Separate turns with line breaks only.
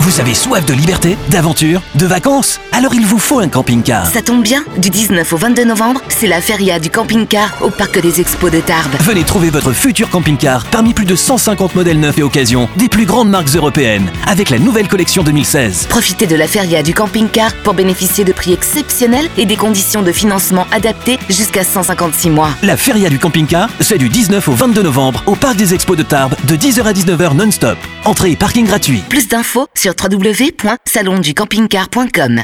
Vous avez soif de liberté, d'aventure, de vacances Alors il vous faut un camping-car.
Ça tombe bien, du 19 au 22 novembre, c'est la feria du camping-car au parc des expos de Tarbes.
Venez trouver votre futur camping-car parmi plus de 150 modèles neufs et occasions des plus grandes marques européennes avec la nouvelle collection 2016.
Profitez de la feria du camping-car pour bénéficier de prix exceptionnels et des conditions de financement adaptées jusqu'à 156 mois.
La feria du camping-car, c'est du 19 au 22 novembre au parc des expos de Tarbes de 10h à 19h non-stop. Entrée et parking gratuit.
Plus d'infos sur www.salonducampingcar.com.